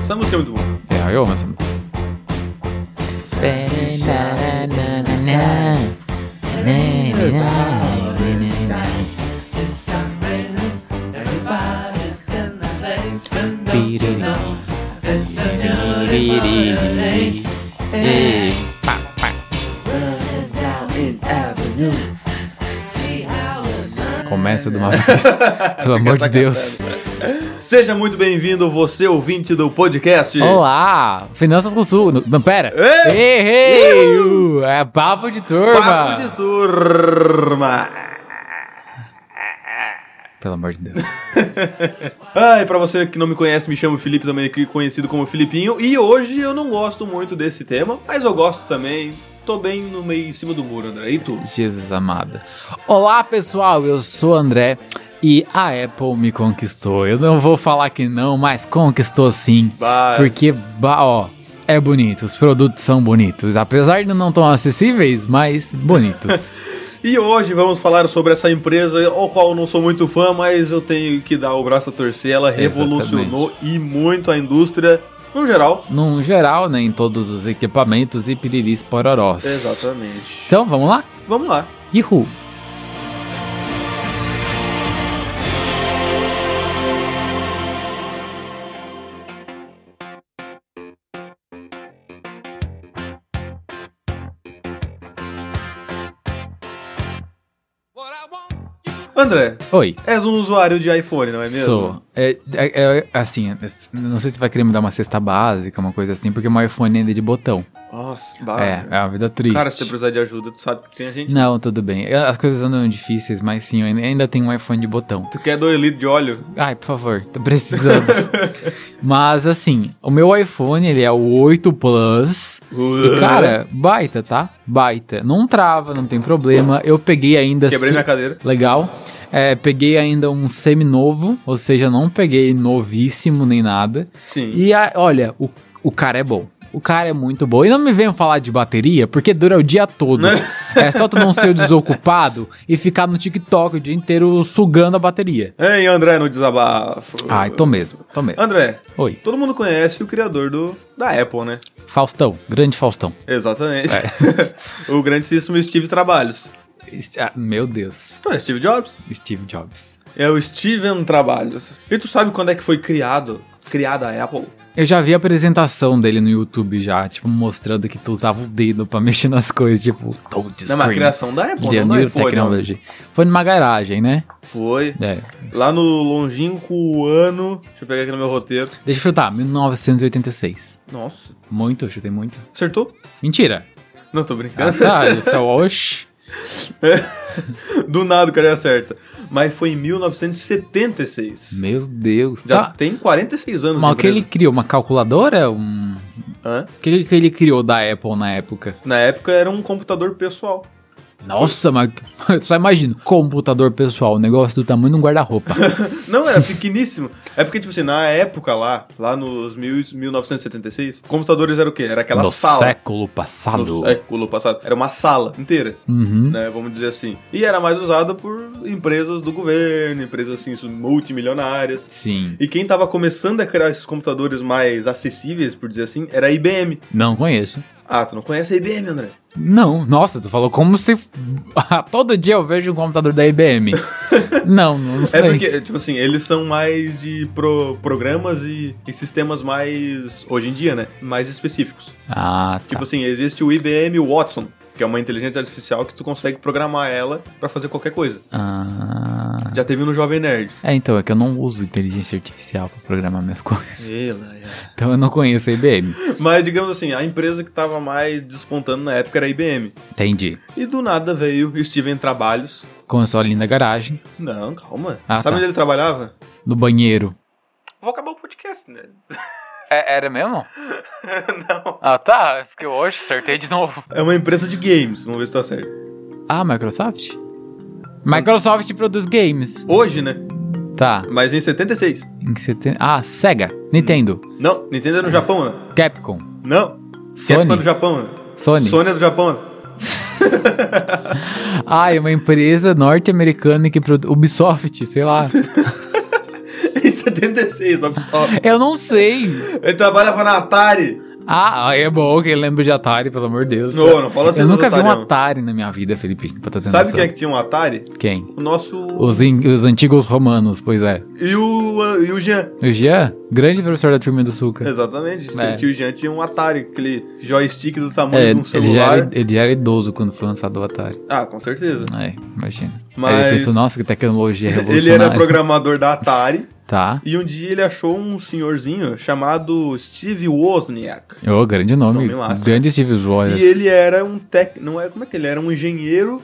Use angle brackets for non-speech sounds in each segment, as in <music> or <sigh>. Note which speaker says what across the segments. Speaker 1: Essa música é muito boa.
Speaker 2: Ja, eu amo essa música. Começa de uma vez, <laughs> pelo amor de Deus.
Speaker 1: Seja muito bem-vindo, você ouvinte do podcast.
Speaker 2: Olá, Finanças com Sul. Não, pera.
Speaker 1: Ei!
Speaker 2: Errei! Uh, É papo de turma.
Speaker 1: Papo de turma.
Speaker 2: Pelo amor de Deus.
Speaker 1: Ai, pra você que não me conhece, me chamo Felipe, também aqui conhecido como Filipinho. E hoje eu não gosto muito desse tema, mas eu gosto também. Tô bem no meio em cima do muro, André. E tu?
Speaker 2: Jesus amado. Olá, pessoal. Eu sou o André e a Apple me conquistou. Eu não vou falar que não, mas conquistou sim.
Speaker 1: Vai.
Speaker 2: Porque, ba- ó, é bonito. Os produtos são bonitos. Apesar de não tão acessíveis,
Speaker 1: <laughs>
Speaker 2: mas bonitos.
Speaker 1: E hoje vamos falar sobre essa empresa, ao qual eu não sou muito fã, mas eu tenho que dar o braço a torcer. Ela revolucionou e muito a indústria no geral.
Speaker 2: Num geral, né, em todos os equipamentos e piriris pororós.
Speaker 1: Exatamente.
Speaker 2: Então, vamos lá?
Speaker 1: vamos lá.
Speaker 2: Ihu.
Speaker 1: André,
Speaker 2: Oi.
Speaker 1: és um usuário de iPhone, não é mesmo?
Speaker 2: Sou. É, é- é, assim, é- não sei se vai querer me dar uma cesta básica, uma coisa assim, porque o meu iPhone ainda é de botão.
Speaker 1: Nossa, bah.
Speaker 2: é, é uma vida triste.
Speaker 1: Ah, Cara, se você precisar de ajuda, tu sabe que tem a gente.
Speaker 2: Não, tudo bem. Eu- As coisas andam difíceis, mas sim, eu ainda- ainda tenho um iPhone de botão.
Speaker 1: Tu quer dois litros de óleo?
Speaker 2: Ai, por favor,
Speaker 1: <laughs>
Speaker 2: tô precisando. mas assim, o meu iPhone, ele é o 8 Plus.
Speaker 1: Uhum. Uh,
Speaker 2: E, cara, baita, tá? Baita. Não trava, não tem problema. Eu peguei ainda.
Speaker 1: Quebrei
Speaker 2: se-
Speaker 1: minha cadeira.
Speaker 2: Legal. É, peguei ainda um semi-novo, ou seja, não peguei novíssimo nem nada.
Speaker 1: Sim.
Speaker 2: E a- olha, o, o cara é bom. O cara é muito bom. E não me venham falar de bateria, porque dura o
Speaker 1: <laughs>
Speaker 2: dia todo. é só tu não ser o desocupado e ficar no TikTok o dia inteiro sugando a bateria.
Speaker 1: Hein, André, no desabafo.
Speaker 2: Ai, tô mesmo, tô mesmo.
Speaker 1: André,
Speaker 2: Oi,
Speaker 1: todo mundo conhece o criador do, da Apple, né?
Speaker 2: Faustão, grande Faustão.
Speaker 1: Exatamente.
Speaker 2: É.
Speaker 1: <laughs> o grandíssimo Steve Trabalhos.
Speaker 2: Est- ah, meu Deus,
Speaker 1: Não é Steve Jobs?
Speaker 2: Steve Jobs.
Speaker 1: É o Steven Trabalhos. E tu sabe quando é que foi criado? Criada a Apple?
Speaker 2: Eu já vi a apresentação dele no YouTube já, tipo, mostrando que tu usava o dedo pra mexer nas coisas, tipo,
Speaker 1: Não,
Speaker 2: touch
Speaker 1: mas a
Speaker 2: screen.
Speaker 1: criação da Apple,
Speaker 2: The
Speaker 1: não da
Speaker 2: New
Speaker 1: iPhone. não.
Speaker 2: Technology. Foi numa garagem, né?
Speaker 1: Foi.
Speaker 2: É.
Speaker 1: Lá no longínquo ano. Deixa eu pegar aqui no meu roteiro.
Speaker 2: Deixa eu chutar, 1986.
Speaker 1: Nossa.
Speaker 2: Muito, eu chutei muito.
Speaker 1: Acertou?
Speaker 2: Mentira.
Speaker 1: Não, tô
Speaker 2: Ah,
Speaker 1: brincando.
Speaker 2: tá, ele
Speaker 1: <laughs>
Speaker 2: fica, oxe.
Speaker 1: Do nada o cara acerta. Mas foi em 1976.
Speaker 2: Meu Deus.
Speaker 1: Já
Speaker 2: Tá.
Speaker 1: tem 46 anos.
Speaker 2: Mas
Speaker 1: de
Speaker 2: o que
Speaker 1: empresa.
Speaker 2: ele criou? Uma calculadora? Um...
Speaker 1: Hã?
Speaker 2: O que, que ele criou da Apple na época?
Speaker 1: Na época era um computador pessoal.
Speaker 2: Nossa, mas <laughs> eu só imagino. Computador pessoal, um negócio do tamanho de um guarda-roupa.
Speaker 1: Não, era pequeníssimo. É porque, tipo assim, na época lá, lá nos mil, 1976, computadores era o quê? Era aquela
Speaker 2: Do
Speaker 1: sala.
Speaker 2: século passado.
Speaker 1: No século passado. Era uma sala inteira,
Speaker 2: Uhum.
Speaker 1: né? Vamos dizer assim. E era mais usada por empresas do governo, empresas assim, multimilionárias.
Speaker 2: Sim.
Speaker 1: E quem tava começando a criar esses computadores mais acessíveis, por dizer assim, era a IBM.
Speaker 2: Não conheço.
Speaker 1: Ah, tu não conhece a IBM, André?
Speaker 2: Não, nossa, tu falou como se. <laughs> Todo dia eu vejo um computador
Speaker 1: <laughs>
Speaker 2: da IBM. não, não sei.
Speaker 1: É porque, tipo assim, eles são mais de pro- programas e, e sistemas mais, hoje em dia, né? Mais específicos.
Speaker 2: Ah, tá.
Speaker 1: Tipo assim, existe o IBM Watson, que é uma inteligência artificial que tu consegue programar ela pra fazer qualquer coisa.
Speaker 2: Ah.
Speaker 1: Já teve no Jovem Nerd.
Speaker 2: É, então, é que eu não uso inteligência artificial pra programar minhas coisas.
Speaker 1: Ela, é.
Speaker 2: Então eu não conheço a IBM.
Speaker 1: Mas, digamos assim, a empresa que tava mais despontando na época era a IBM.
Speaker 2: Entendi.
Speaker 1: E do nada veio o Steven Trabalhos.
Speaker 2: Começou ali na garagem,
Speaker 1: Não, calma.
Speaker 2: Ah,
Speaker 1: Sabe
Speaker 2: tá.
Speaker 1: onde ele trabalhava?
Speaker 2: no banheiro.
Speaker 1: Vou acabar o podcast, né?
Speaker 2: É, era mesmo?
Speaker 1: <laughs> Não.
Speaker 2: Ah, tá. Porque hoje acertei de novo.
Speaker 1: É uma empresa de games, vamos ver se tá certo.
Speaker 2: Ah, Microsoft? Microsoft produz games.
Speaker 1: Hoje, né?
Speaker 2: Tá.
Speaker 1: Mas em 76.
Speaker 2: Em que você tem... Ah, Sega. Nintendo.
Speaker 1: Não, Nintendo é no Japão, né?
Speaker 2: Capcom.
Speaker 1: Não.
Speaker 2: Sony.
Speaker 1: Capcom é do Japão, né?
Speaker 2: Sony.
Speaker 1: Sony é do Japão. né? <laughs>
Speaker 2: Ah, é uma empresa norte-americana que produz. Ubisoft, sei lá.
Speaker 1: Em 76, ó, pessoal.
Speaker 2: <laughs> Eu não sei.
Speaker 1: Ele trabalhava na Atari.
Speaker 2: Ah, é bom que ele lembra de Atari, pelo amor de Deus.
Speaker 1: Não, não fala assim
Speaker 2: Eu
Speaker 1: dos
Speaker 2: nunca vi um
Speaker 1: Atari, não.
Speaker 2: Atari na minha vida, Felipe. Pra tu ter
Speaker 1: Sabe
Speaker 2: noção.
Speaker 1: quem é que tinha um Atari?
Speaker 2: Quem?
Speaker 1: O nosso.
Speaker 2: Os, in- os antigos romanos, pois é.
Speaker 1: E o, e o Jean.
Speaker 2: O Jean, grande professor da turma do Suca.
Speaker 1: Exatamente.
Speaker 2: É.
Speaker 1: O tio Jean tinha um Atari, aquele joystick do tamanho
Speaker 2: É,
Speaker 1: de um
Speaker 2: ele, já
Speaker 1: celular.
Speaker 2: era, ele já era idoso quando foi lançado o Atari.
Speaker 1: Ah, com certeza.
Speaker 2: É, imagina. Aí ele
Speaker 1: Mas-
Speaker 2: pensou, nossa, que
Speaker 1: <laughs>
Speaker 2: tecnologia
Speaker 1: Ele
Speaker 2: revolucionária.
Speaker 1: era programador da Atari
Speaker 2: Tá.
Speaker 1: e um dia ele achou um senhorzinho chamado Steve Wozniak.
Speaker 2: Ô, grande nome.
Speaker 1: Nome massa. né?
Speaker 2: grande Steve Rogers.
Speaker 1: E ele era um tec, não é, como é que ele era? Um engenheiro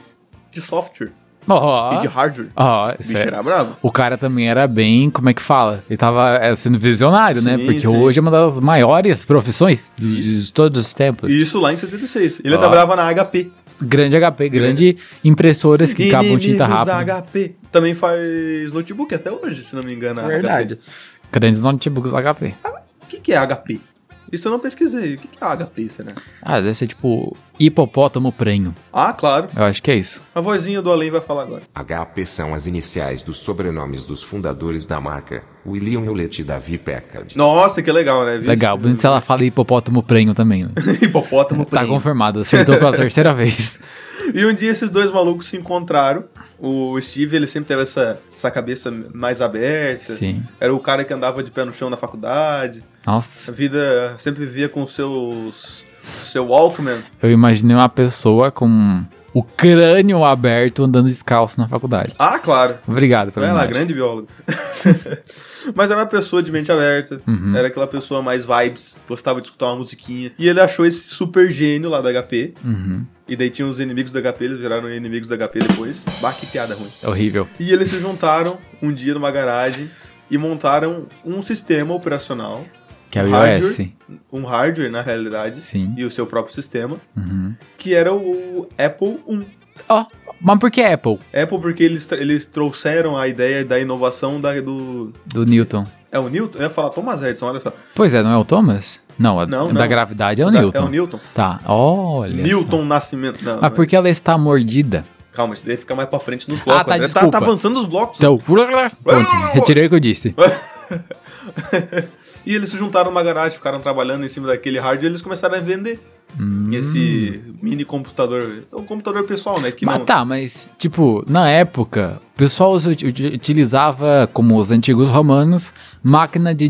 Speaker 1: de software
Speaker 2: Ó,
Speaker 1: e de hardware.
Speaker 2: ó,
Speaker 1: O é bicho
Speaker 2: sério.
Speaker 1: era bravo.
Speaker 2: O cara também era bem, como é que fala? Ele tava é, sendo visionário, né?
Speaker 1: Sim,
Speaker 2: Porque
Speaker 1: sim.
Speaker 2: hoje é uma das maiores profissões de, de todos os tempos.
Speaker 1: E isso lá em 76. Ele
Speaker 2: Ó.
Speaker 1: trabalhava na HP.
Speaker 2: Grande HP, grande impressoras que cabam tinta
Speaker 1: Inimigos
Speaker 2: rápida.
Speaker 1: da HP. Também faz notebook até hoje, se não me engano. a
Speaker 2: Verdade. Grandes notebooks HP.
Speaker 1: HP. O que, que é HP? Isso eu não pesquisei. O que, que é HP, será?
Speaker 2: Ah, deve ser tipo hipopótamo prenho.
Speaker 1: Ah, claro.
Speaker 2: Eu acho que é isso.
Speaker 1: A vozinha do além vai falar agora.
Speaker 3: HP são as iniciais dos sobrenomes dos fundadores da marca, William Hewlett e Davi Packard.
Speaker 1: Nossa, que legal, né? Viu?
Speaker 2: Legal, bonito se ela fala hipopótamo prenho também, né?
Speaker 1: <laughs> Hipopótamo
Speaker 2: Tá
Speaker 1: preto.
Speaker 2: confirmado, acertou pela terceira <laughs> vez.
Speaker 1: E um dia esses dois malucos se encontraram. O Steve, ele sempre teve essa, essa cabeça mais aberta.
Speaker 2: Sim.
Speaker 1: Era o cara que andava de pé no chão na faculdade. A
Speaker 2: Nossa,
Speaker 1: vida sempre vivia com seus. seu Walkman.
Speaker 2: eu imaginei uma pessoa com o crânio aberto andando descalço na faculdade.
Speaker 1: Ah, claro.
Speaker 2: Obrigado pela
Speaker 1: Não ela,
Speaker 2: homenagem.
Speaker 1: grande biólogo. <laughs> Mas era uma pessoa de mente aberta, era aquela pessoa mais vibes, gostava de escutar uma musiquinha. E ele achou esse super gênio lá da HP.
Speaker 2: Uhum.
Speaker 1: E daí tinha os inimigos da HP, eles viraram inimigos da HP depois. Bah, que piada ruim.
Speaker 2: É horrível.
Speaker 1: E eles se juntaram um dia numa garagem e montaram um sistema operacional,
Speaker 2: Que é o iOS.
Speaker 1: Hardware. um hardware na realidade,
Speaker 2: Sim.
Speaker 1: e o seu próprio sistema,
Speaker 2: Uhum.
Speaker 1: que era o Apple 1.
Speaker 2: Ó, mas por que é Apple?
Speaker 1: Apple porque eles, tra- eles trouxeram a ideia da inovação da, do...
Speaker 2: Do Newton.
Speaker 1: É o Newton? Eu ia falar Thomas Edison, olha só.
Speaker 2: Pois é, não é o Thomas? Não, a
Speaker 1: Não,
Speaker 2: da
Speaker 1: não.
Speaker 2: gravidade é o
Speaker 1: Da-
Speaker 2: Newton.
Speaker 1: É o Newton.
Speaker 2: Tá, olha.
Speaker 1: Newton Nascimento. Não, é.
Speaker 2: Só. Ah, Mas por que ela está mordida?
Speaker 1: Calma, isso daí fica mais pra frente nos blocos.
Speaker 2: Ah, tá,
Speaker 1: André. tá,
Speaker 2: desculpa.
Speaker 1: tá avançando os blocos.
Speaker 2: Então, Bom, sim, retirei o que eu disse.
Speaker 1: <laughs> E eles se juntaram numa garagem, ficaram trabalhando em cima daquele hardware e eles começaram a vender
Speaker 2: Hum.
Speaker 1: esse mini computador. É um computador pessoal, né? Que
Speaker 2: Mas
Speaker 1: não...
Speaker 2: tá, mas, tipo, na época, o pessoal usa- ut- utilizava, como os antigos romanos, máquina de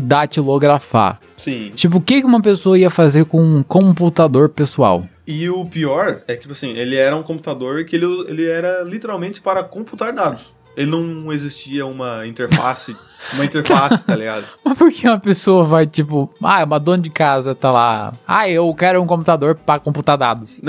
Speaker 2: datilografar.
Speaker 1: Sim.
Speaker 2: Tipo, o que que uma pessoa ia fazer com um computador pessoal? <laughs>
Speaker 1: E o pior é que, tipo assim, ele era um computador que ele, ele era literalmente para computar dados. Ele não existia uma
Speaker 2: <laughs>
Speaker 1: interface, uma interface, tá ligado?
Speaker 2: Mas por que uma pessoa vai, tipo, ah, uma dona de casa tá lá, ah, eu quero um computador pra computar
Speaker 1: <laughs>
Speaker 2: dados.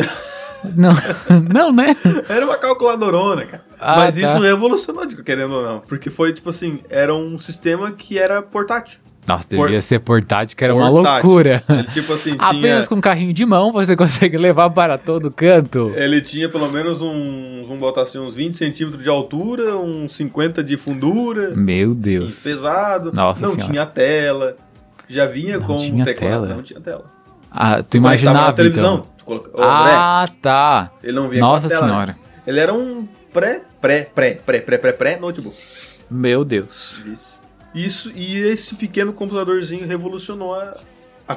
Speaker 2: não, <laughs> não, né?
Speaker 1: Era uma calculadorona, cara.
Speaker 2: Ah,
Speaker 1: Mas
Speaker 2: tá.
Speaker 1: isso revolucionou, tipo, querendo ou não. Porque foi, tipo assim, era um sistema que era portátil.
Speaker 2: Nossa,
Speaker 1: Por-
Speaker 2: devia ser portátil, que era uma
Speaker 1: Portátil.
Speaker 2: loucura.
Speaker 1: Ele, tipo assim, tinha...
Speaker 2: <laughs> Apenas com um carrinho de mão você <laughs> consegue levar para todo canto.
Speaker 1: Ele tinha pelo menos uns, vamos botar assim, uns 20 centímetros de altura, uns 50 de fundura.
Speaker 2: Meu Deus.
Speaker 1: Sim, pesado.
Speaker 2: Nossa
Speaker 1: não
Speaker 2: Senhora.
Speaker 1: tinha tela. Já vinha
Speaker 2: Não
Speaker 1: com
Speaker 2: tinha
Speaker 1: teclado.
Speaker 2: tela?
Speaker 1: Não tinha tela.
Speaker 2: Ah, tu
Speaker 1: Conectava
Speaker 2: imaginava
Speaker 1: na televisão.
Speaker 2: então.
Speaker 1: tu coloca- Ô, André,
Speaker 2: Ah, tá.
Speaker 1: ele não vinha com
Speaker 2: Nossa
Speaker 1: a tela. né?
Speaker 2: senhora.
Speaker 1: Ele era um pré, pré, pré, pré, pré, pré, pré notebook.
Speaker 2: Meu Deus.
Speaker 1: Isso, e esse pequeno computadorzinho revolucionou a, a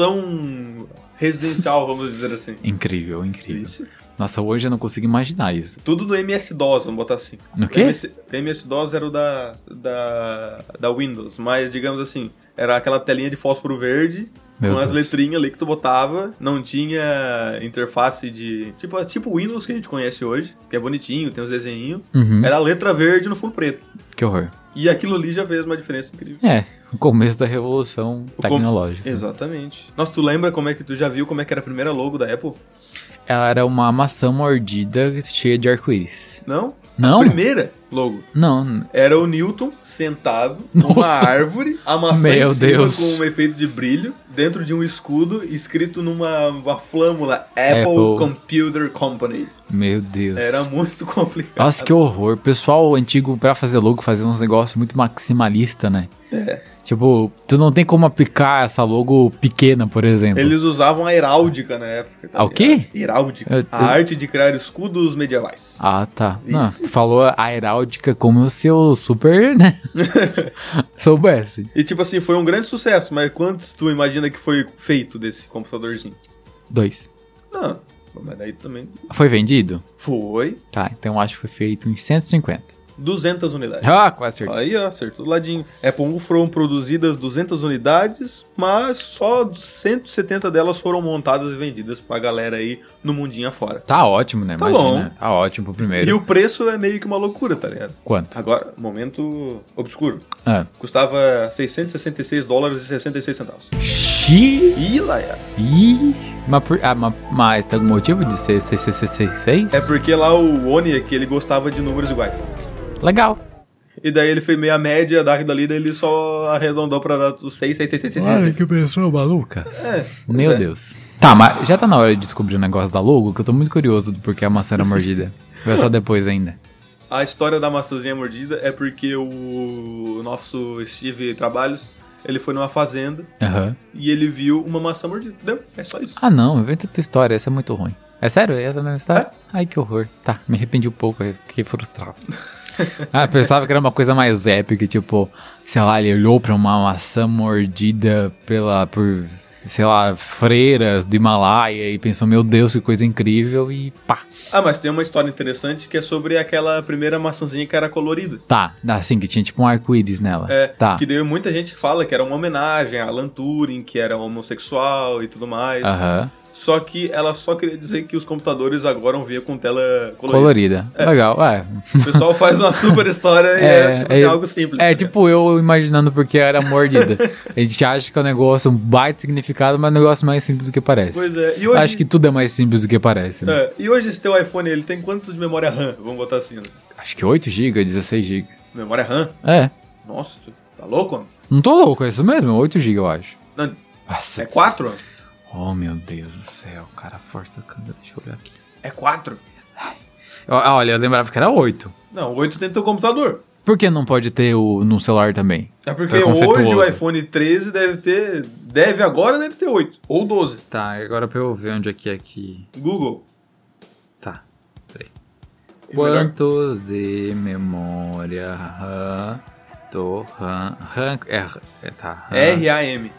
Speaker 1: computação residencial, vamos dizer assim.
Speaker 2: Incrível, incrível.
Speaker 1: Isso.
Speaker 2: Nossa, hoje eu não consigo imaginar isso.
Speaker 1: Tudo no MS-DOS, vamos botar assim.
Speaker 2: No quê?
Speaker 1: MS MS-DOS era o da, da, da Windows, mas digamos assim, era aquela telinha de fósforo verde,
Speaker 2: Meu
Speaker 1: com as
Speaker 2: Deus.
Speaker 1: letrinhas ali que tu botava, não tinha interface de... Tipo tipo o Windows que a gente conhece hoje, que é bonitinho, tem os desenhinhos.
Speaker 2: Uhum,
Speaker 1: Era a letra verde no fundo preto.
Speaker 2: Que horror.
Speaker 1: E aquilo ali já fez uma diferença incrível.
Speaker 2: É, o começo da revolução
Speaker 1: com-
Speaker 2: tecnológica.
Speaker 1: Exatamente. Nossa, tu lembra como é que tu já viu como é que era a primeira logo da Apple?
Speaker 2: Ela era uma maçã mordida cheia de arco-íris.
Speaker 1: Não?
Speaker 2: Não?
Speaker 1: A primeira logo.
Speaker 2: Não,
Speaker 1: Era o Newton sentado numa
Speaker 2: <laughs> Nossa.
Speaker 1: árvore, a maçã em
Speaker 2: Meu
Speaker 1: cima
Speaker 2: Deus.
Speaker 1: com um efeito de brilho, dentro de um escudo escrito numa uma flâmula Apple,
Speaker 2: Apple.
Speaker 1: Computer Company.
Speaker 2: meu Deus.
Speaker 1: Era muito <laughs> complicado.
Speaker 2: Nossa, que horror. O pessoal antigo, pra fazer logo, fazia uns negócios muito maximalista, né? É. Tipo, tu não tem como aplicar essa logo pequena, por exemplo.
Speaker 1: Eles usavam a heráldica na época.
Speaker 2: Ah, o quê?
Speaker 1: ligado? Heráldica.
Speaker 2: Eu-
Speaker 1: A
Speaker 2: eu-
Speaker 1: arte de criar escudos medievais.
Speaker 2: Ah, tá. Não,
Speaker 1: Isso.
Speaker 2: tu falou a nostálgica como se eu
Speaker 1: <laughs>
Speaker 2: super, né? soubesse.
Speaker 1: E tipo assim, foi um grande sucesso, mas quantos tu imagina que foi feito desse computadorzinho?
Speaker 2: Dois.
Speaker 1: Não, mas daí também.
Speaker 2: Foi vendido?
Speaker 1: Foi.
Speaker 2: Tá, então acho que foi feito uns 150.
Speaker 1: 200 unidades.
Speaker 2: Ah, quase certeza.
Speaker 1: Aí, ó, acertou do ladinho. Apple foram produzidas 200 unidades, mas só 170 delas foram montadas e vendidas pra galera aí no mundinho afora.
Speaker 2: Tá ótimo, né?
Speaker 1: Tá
Speaker 2: Imagina. Tá ótimo pro primeiro.
Speaker 1: E o preço é meio que uma loucura, tá ligado?
Speaker 2: Quanto?
Speaker 1: Agora, momento obscuro.
Speaker 2: Ah.
Speaker 1: Custava 666 dólares e 66 centavos.
Speaker 2: Xiii.
Speaker 1: Ih, Laia.
Speaker 2: Mas, por... ah, mas, mas tem algum motivo de ser 666?
Speaker 1: É porque lá o Oni que ele gostava de números iguais.
Speaker 2: Legal.
Speaker 1: E daí ele fez meia média da lida ele só arredondou pra dar os 6, 6, 6, 6, 6, 6.
Speaker 2: que pessoa maluca.
Speaker 1: É, pois
Speaker 2: Meu
Speaker 1: é.
Speaker 2: Deus. Tá, mas já tá na hora de descobrir o negócio da logo, que eu tô muito curioso do porquê a maçã era mordida. Vai só depois ainda.
Speaker 1: A história da maçãzinha mordida é porque o nosso Steve Trabalhos, ele foi numa fazenda
Speaker 2: Aham.
Speaker 1: e ele viu uma maçã mordida. Deu, é só isso.
Speaker 2: Ah não, inventa tua história, essa é muito ruim. É sério? É Essa é a mesma história? Ai, que horror. Tá, me arrependi um pouco, eu fiquei frustrado. <laughs> ah, pensava que era uma coisa mais épica, tipo, sei lá, ele olhou pra uma maçã mordida pela, por, sei lá, freiras do Himalaia e pensou, meu Deus, que coisa incrível e pá.
Speaker 1: Ah, mas tem uma história interessante que é sobre aquela primeira maçãzinha que era colorida.
Speaker 2: Tá, assim, que tinha tipo um arco-íris nela.
Speaker 1: É,
Speaker 2: tá.
Speaker 1: que daí muita gente fala que era uma homenagem a Alan Turing, que era homossexual e tudo mais.
Speaker 2: Aham.
Speaker 1: Só que ela só queria dizer que os computadores agora vão vir com tela colorida.
Speaker 2: Colorida. Legal, é.
Speaker 1: O pessoal faz
Speaker 2: <laughs>
Speaker 1: uma super história e é, tipo, assim, algo simples.
Speaker 2: É
Speaker 1: né?
Speaker 2: tipo eu imaginando porque era
Speaker 1: <laughs>
Speaker 2: mordida. a gente acha que é um negócio, um baita significado, mas é um negócio mais simples do que parece.
Speaker 1: Pois é, e hoje-
Speaker 2: Acho que tudo é mais simples do que parece, né?
Speaker 1: É, e hoje esse teu iPhone, ele tem quanto de memória RAM? Vamos botar assim, né?
Speaker 2: Acho que 8 GB, 16 GB.
Speaker 1: Memória RAM?
Speaker 2: É.
Speaker 1: Nossa, tu tá louco? homem?
Speaker 2: Não tô louco, é isso mesmo, 8 GB, eu acho.
Speaker 1: Não,
Speaker 2: Nossa.
Speaker 1: é 4?
Speaker 2: Oh, meu Deus do céu, cara, a força da câmera, deixa eu olhar aqui.
Speaker 1: É 4?
Speaker 2: Ó, ah, Olha, eu lembrava que era 8.
Speaker 1: Não, 8 tem no teu computador.
Speaker 2: Por que não pode ter o, no celular também?
Speaker 1: É porque
Speaker 2: Preconceituoso.
Speaker 1: hoje o iPhone 13 deve ter... Deve agora, deve ter 8. Ou 12.
Speaker 2: Tá, agora pra eu ver onde é que é que...
Speaker 1: Google.
Speaker 2: Tá, peraí.
Speaker 1: É melhor.
Speaker 2: Quantos de memória RAM do RAM, RAM é, é, tá, RAM
Speaker 1: RAM.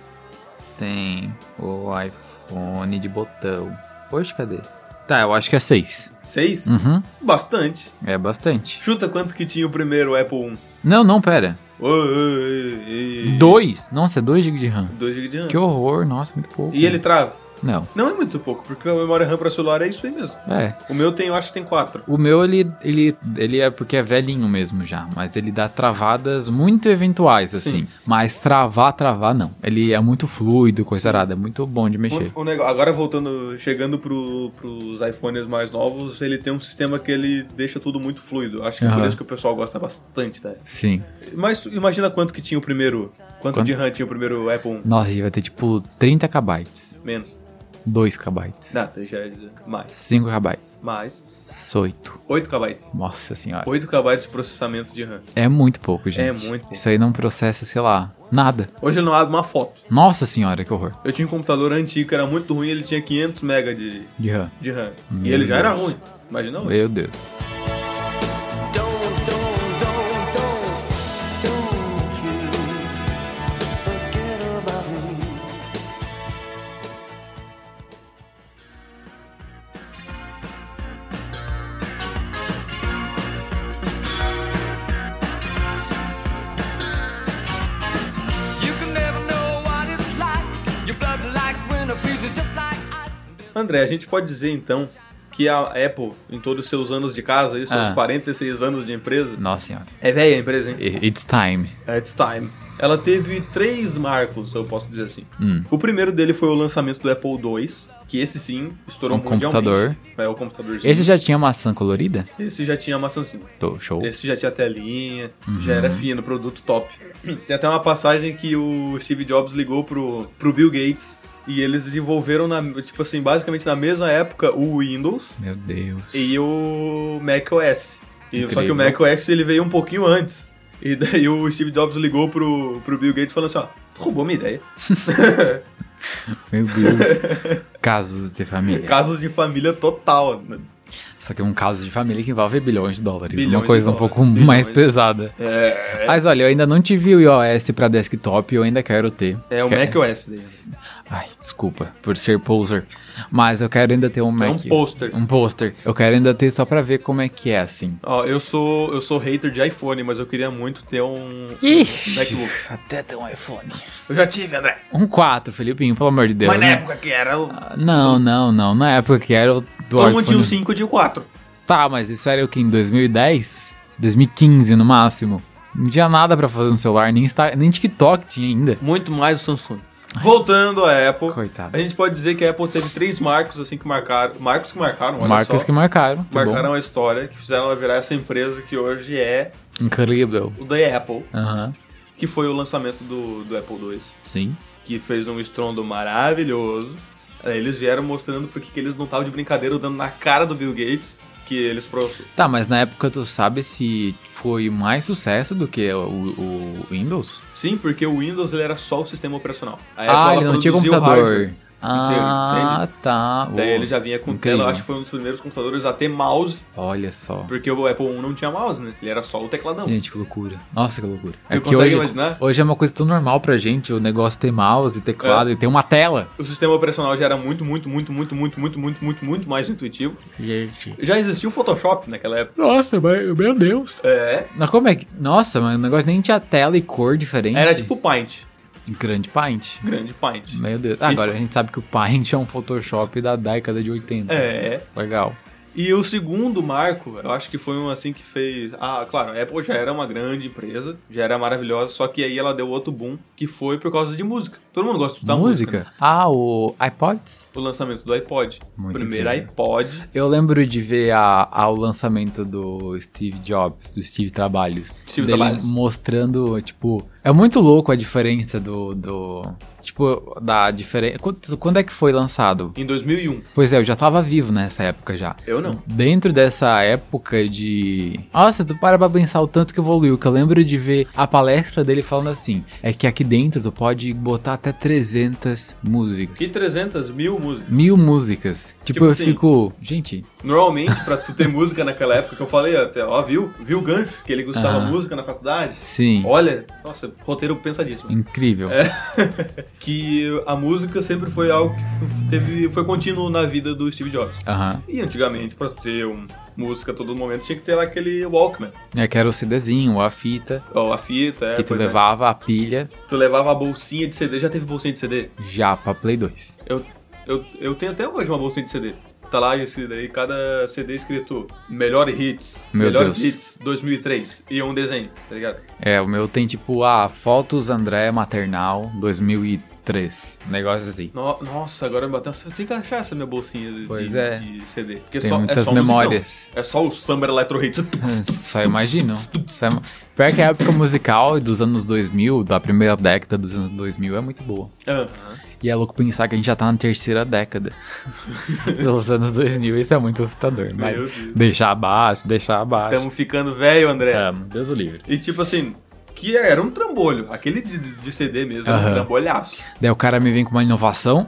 Speaker 2: tem o iPhone de botão? Poxa, cadê? Tá, eu acho que é 6.
Speaker 1: 6?
Speaker 2: Uhum,
Speaker 1: Bastante.
Speaker 2: é bastante.
Speaker 1: Chuta quanto que tinha o primeiro Apple 1.
Speaker 2: Não, não, pera.
Speaker 1: Ô, ô, ô, ô, ô.
Speaker 2: 2? Nossa, é 2 GB de RAM.
Speaker 1: 2 GB de RAM.
Speaker 2: Que horror, nossa, muito pouco.
Speaker 1: E ele trava?
Speaker 2: Não,
Speaker 1: Não é muito pouco, porque a memória RAM pra celular é isso aí mesmo.
Speaker 2: é.
Speaker 1: O meu tem, eu acho que tem 4.
Speaker 2: O meu, ele, ele, ele é porque é velhinho mesmo já, mas ele dá travadas muito eventuais, assim. Mas travar, travar, não. Ele é muito fluido, coisa arada, é muito bom de mexer.
Speaker 1: O, o negócio, um agora voltando, chegando pro, pros iPhones mais novos, ele tem um sistema que ele deixa tudo muito fluido. Acho que é por
Speaker 2: Aham.
Speaker 1: isso que o pessoal gosta bastante, né?
Speaker 2: Sim.
Speaker 1: Mas tu imagina quanto que tinha o primeiro. Quanto,
Speaker 2: Quanto?
Speaker 1: de RAM tinha o primeiro Apple 1?
Speaker 2: Nossa, a gente vai ter tipo 30 KB,
Speaker 1: Menos.
Speaker 2: 2 KB,
Speaker 1: Nada, já é mais.
Speaker 2: 5 KB,
Speaker 1: Mais.
Speaker 2: 8.
Speaker 1: 8 KB.
Speaker 2: Nossa senhora.
Speaker 1: 8 KB de processamento de RAM.
Speaker 2: É muito pouco, gente.
Speaker 1: É muito pouco.
Speaker 2: Isso aí não processa, sei lá, nada.
Speaker 1: Hoje ele não abre uma foto.
Speaker 2: Nossa senhora, que horror.
Speaker 1: Eu tinha um computador antigo que era muito ruim, ele tinha 500 MB de,
Speaker 2: De RAM.
Speaker 1: de RAM. e
Speaker 2: Meu
Speaker 1: ele já era
Speaker 2: Deus.
Speaker 1: ruim. Imagina hoje.
Speaker 2: Meu Deus.
Speaker 4: Don't, don't, don't, don't, don't you forget about me. You can never know what it's like. Your blood like winter freezes just like ice.
Speaker 1: André, a gente pode dizer então que a Apple, em todos os seus anos de casa, isso, seus
Speaker 2: Ah.
Speaker 1: 46 anos de empresa,
Speaker 2: Nossa senhora.
Speaker 1: é velha a empresa, hein?
Speaker 2: I- It's time.
Speaker 1: It's time. Ela teve três marcos, eu posso dizer assim. O primeiro dele foi o lançamento do Apple II, que esse sim estourou
Speaker 2: Um
Speaker 1: mundialmente.
Speaker 2: computador.
Speaker 1: É o computadorzinho.
Speaker 2: Esse já tinha maçã colorida?
Speaker 1: Esse já tinha maçãzinha.
Speaker 2: Tô, show.
Speaker 1: Esse já tinha telinha, já era fino, produto top. <clears throat> Tem até uma passagem que o Steve Jobs ligou pro, pro Bill Gates e eles desenvolveram, na, tipo assim, basicamente na mesma época o Windows
Speaker 2: Meu Deus.
Speaker 1: e o macOS. E, só que
Speaker 2: Incrível.
Speaker 1: o macOS ele veio um pouquinho antes. E daí o Steve Jobs ligou pro, pro Bill Gates falando assim, ó, tu roubou minha ideia.
Speaker 2: Meu Deus. <laughs> Casos de família.
Speaker 1: Casos de família total. né?
Speaker 2: Isso aqui é um caso de família que envolve bilhões de dólares.
Speaker 1: Bilhões
Speaker 2: uma coisa
Speaker 1: de
Speaker 2: um
Speaker 1: dólares,
Speaker 2: pouco
Speaker 1: bilhões.
Speaker 2: mais pesada.
Speaker 1: É,
Speaker 2: Mas olha, eu ainda não tive o iOS pra desktop, eu ainda quero ter.
Speaker 1: é o
Speaker 2: Quer-
Speaker 1: Mac OS dele.
Speaker 2: Ai, desculpa por ser poser. Mas eu quero ainda ter um
Speaker 1: É
Speaker 2: Mac.
Speaker 1: um pôster.
Speaker 2: Um pôster. Eu quero ainda ter só pra ver como é que é, assim.
Speaker 1: Ó, eu sou, eu sou hater de iPhone, mas eu queria muito ter um MacBook.
Speaker 2: até ter um iPhone.
Speaker 1: Eu já tive, André.
Speaker 2: Um 4, Felipinho, pelo amor de Deus.
Speaker 1: mas na
Speaker 2: né?
Speaker 1: época que era, o-
Speaker 2: Ah, Não, não, não. Na época que era o do
Speaker 1: todo mundo tinha
Speaker 2: iPhone.
Speaker 1: o 5 um e o 4.
Speaker 2: Tá, mas isso era o que? Em 2010? 2015 no máximo. Não tinha nada pra fazer no celular, nem, Insta, nem TikTok tinha ainda.
Speaker 1: Muito mais o Samsung. Voltando à Apple,
Speaker 2: Coitado.
Speaker 1: a gente pode dizer que a Apple teve três marcos assim que marcaram. Marcos que marcaram, olha
Speaker 2: Marcas
Speaker 1: só.
Speaker 2: que marcaram. Que
Speaker 1: marcaram a história, que fizeram ela virar essa empresa que hoje é
Speaker 2: Bom. Incrível.
Speaker 1: o The Apple,
Speaker 2: Aham,
Speaker 1: que foi o lançamento do, do Apple II,
Speaker 2: sim.
Speaker 1: que fez um estrondo maravilhoso. Aí Eles vieram mostrando porque que eles não estavam de brincadeira dando na cara do Bill Gates, que eles assim, pro-
Speaker 2: Tá, mas na época tu sabe se foi mais sucesso do que o, o Windows?
Speaker 1: Sim, porque o Windows ele era só o sistema operacional. A
Speaker 2: ah,
Speaker 1: ela
Speaker 2: ele não tinha
Speaker 1: produzia o
Speaker 2: computador.
Speaker 1: hardware.
Speaker 2: Ah, tá.
Speaker 1: Daí
Speaker 2: Oh,
Speaker 1: ele já vinha com
Speaker 2: incrível.
Speaker 1: tela, acho que foi um dos primeiros computadores a ter mouse,
Speaker 2: Olha só.
Speaker 1: porque o Apple I não tinha mouse, né? Ele era só o tecladão.
Speaker 2: Gente, que loucura. Nossa, que loucura.
Speaker 1: Você
Speaker 2: é que
Speaker 1: consegue
Speaker 2: hoje,
Speaker 1: imaginar?
Speaker 2: hoje é uma coisa tão normal pra gente o negócio ter mouse,
Speaker 1: É.
Speaker 2: teclado e ter uma tela.
Speaker 1: O sistema operacional já era muito, muito, muito, muito, muito, muito, muito, muito, muito mais intuitivo.
Speaker 2: Gente.
Speaker 1: Já existia o Photoshop naquela época.
Speaker 2: Nossa, mas, meu Deus.
Speaker 1: É.
Speaker 2: Mas como é que. Nossa, mas o negócio nem tinha tela e cor diferente.
Speaker 1: Era tipo o Paint.
Speaker 2: Grande Paint.
Speaker 1: Grande Paint.
Speaker 2: Meu Deus. Ah,
Speaker 1: E
Speaker 2: agora
Speaker 1: foi-
Speaker 2: a gente sabe que o Paint é um Photoshop da década de 80.
Speaker 1: É.
Speaker 2: Legal.
Speaker 1: E o segundo marco, eu acho que foi um assim que fez. Ah, claro, a Apple já era uma grande empresa, já era maravilhosa, só que aí ela deu outro boom, que foi por causa de música. Todo mundo gosta de escutar música.
Speaker 2: Música? Ah, o iPods?
Speaker 1: né? O lançamento do iPod.
Speaker 2: Muito
Speaker 1: Primeiro
Speaker 2: incrível.
Speaker 1: iPod.
Speaker 2: Eu lembro de ver a, ao lançamento do Steve Jobs, do Steve Trabalhos.
Speaker 1: Steve
Speaker 2: dele
Speaker 1: Trabalhos.
Speaker 2: Mostrando, tipo. É muito louco a diferença do. do tipo, da diferença. Quando, quando é que foi lançado?
Speaker 1: Em 2001.
Speaker 2: Pois é, eu já tava vivo nessa época já.
Speaker 1: Eu não.
Speaker 2: Dentro dessa época de. Nossa, tu para pra pensar o tanto que evoluiu. Que eu lembro de ver a palestra dele falando assim: é que aqui dentro tu pode botar até 300 músicas.
Speaker 1: E 300 mil músicas.
Speaker 2: Mil músicas. Tipo,
Speaker 1: Tipo
Speaker 2: eu
Speaker 1: assim.
Speaker 2: fico. Gente,
Speaker 1: Normalmente, pra tu ter <laughs> música naquela época, que eu falei até, ó, viu? Viu o gancho? Que ele gostava
Speaker 2: Ah.
Speaker 1: música na faculdade?
Speaker 2: sim.
Speaker 1: Olha, É. nossa, roteiro pensadíssimo.
Speaker 2: Incrível.
Speaker 1: que a música sempre foi algo que teve, foi contínuo na vida do Steve Jobs.
Speaker 2: Aham.
Speaker 1: E antigamente, pra ter um, música a todo momento, tinha que ter lá aquele Walkman.
Speaker 2: É que era o CDzinho, a fita,
Speaker 1: Ou a fita, é,
Speaker 2: que tu
Speaker 1: pois é.
Speaker 2: levava a pilha
Speaker 1: Tu levava a bolsinha de CD. Já teve bolsinha de CD?
Speaker 2: já pra Play 2.
Speaker 1: Eu, eu, eu tenho até hoje uma bolsinha de CD. Tá lá esse daí, cada CD escrito Melhor Hits,
Speaker 2: Meu
Speaker 1: Melhores
Speaker 2: Deus.
Speaker 1: Hits 2003 e um desenho, tá ligado?
Speaker 2: É, o meu tem tipo, ah, Fotos André Maternal 2003. Negócio assim.
Speaker 1: No- nossa, agora me bateu. Eu tenho que achar essa minha bolsinha de,
Speaker 2: Pois
Speaker 1: de-
Speaker 2: é.
Speaker 1: de CD. Porque
Speaker 2: Tem
Speaker 1: só, é
Speaker 2: muitas
Speaker 1: só
Speaker 2: memórias.
Speaker 1: musicão. É só o Summer Electro Hits.
Speaker 2: Só imagino. Só ima- Pior que a época musical dos anos 2000, da primeira década dos anos 2000, <laughs> é muito boa.
Speaker 1: Aham.
Speaker 2: E é louco pensar que a gente já tá na terceira década <laughs> dos anos 2000. Isso é muito assustador. Mas
Speaker 1: Meu Deus.
Speaker 2: deixar abaixo, deixar abaixo.
Speaker 1: Tamo ficando velho, André.
Speaker 2: Tamo, Deus o livre.
Speaker 1: E tipo assim, que era um trambolho. Aquele de, de CD mesmo, era um
Speaker 2: Aham.
Speaker 1: trambolhaço.
Speaker 2: Daí o cara me vem com uma inovação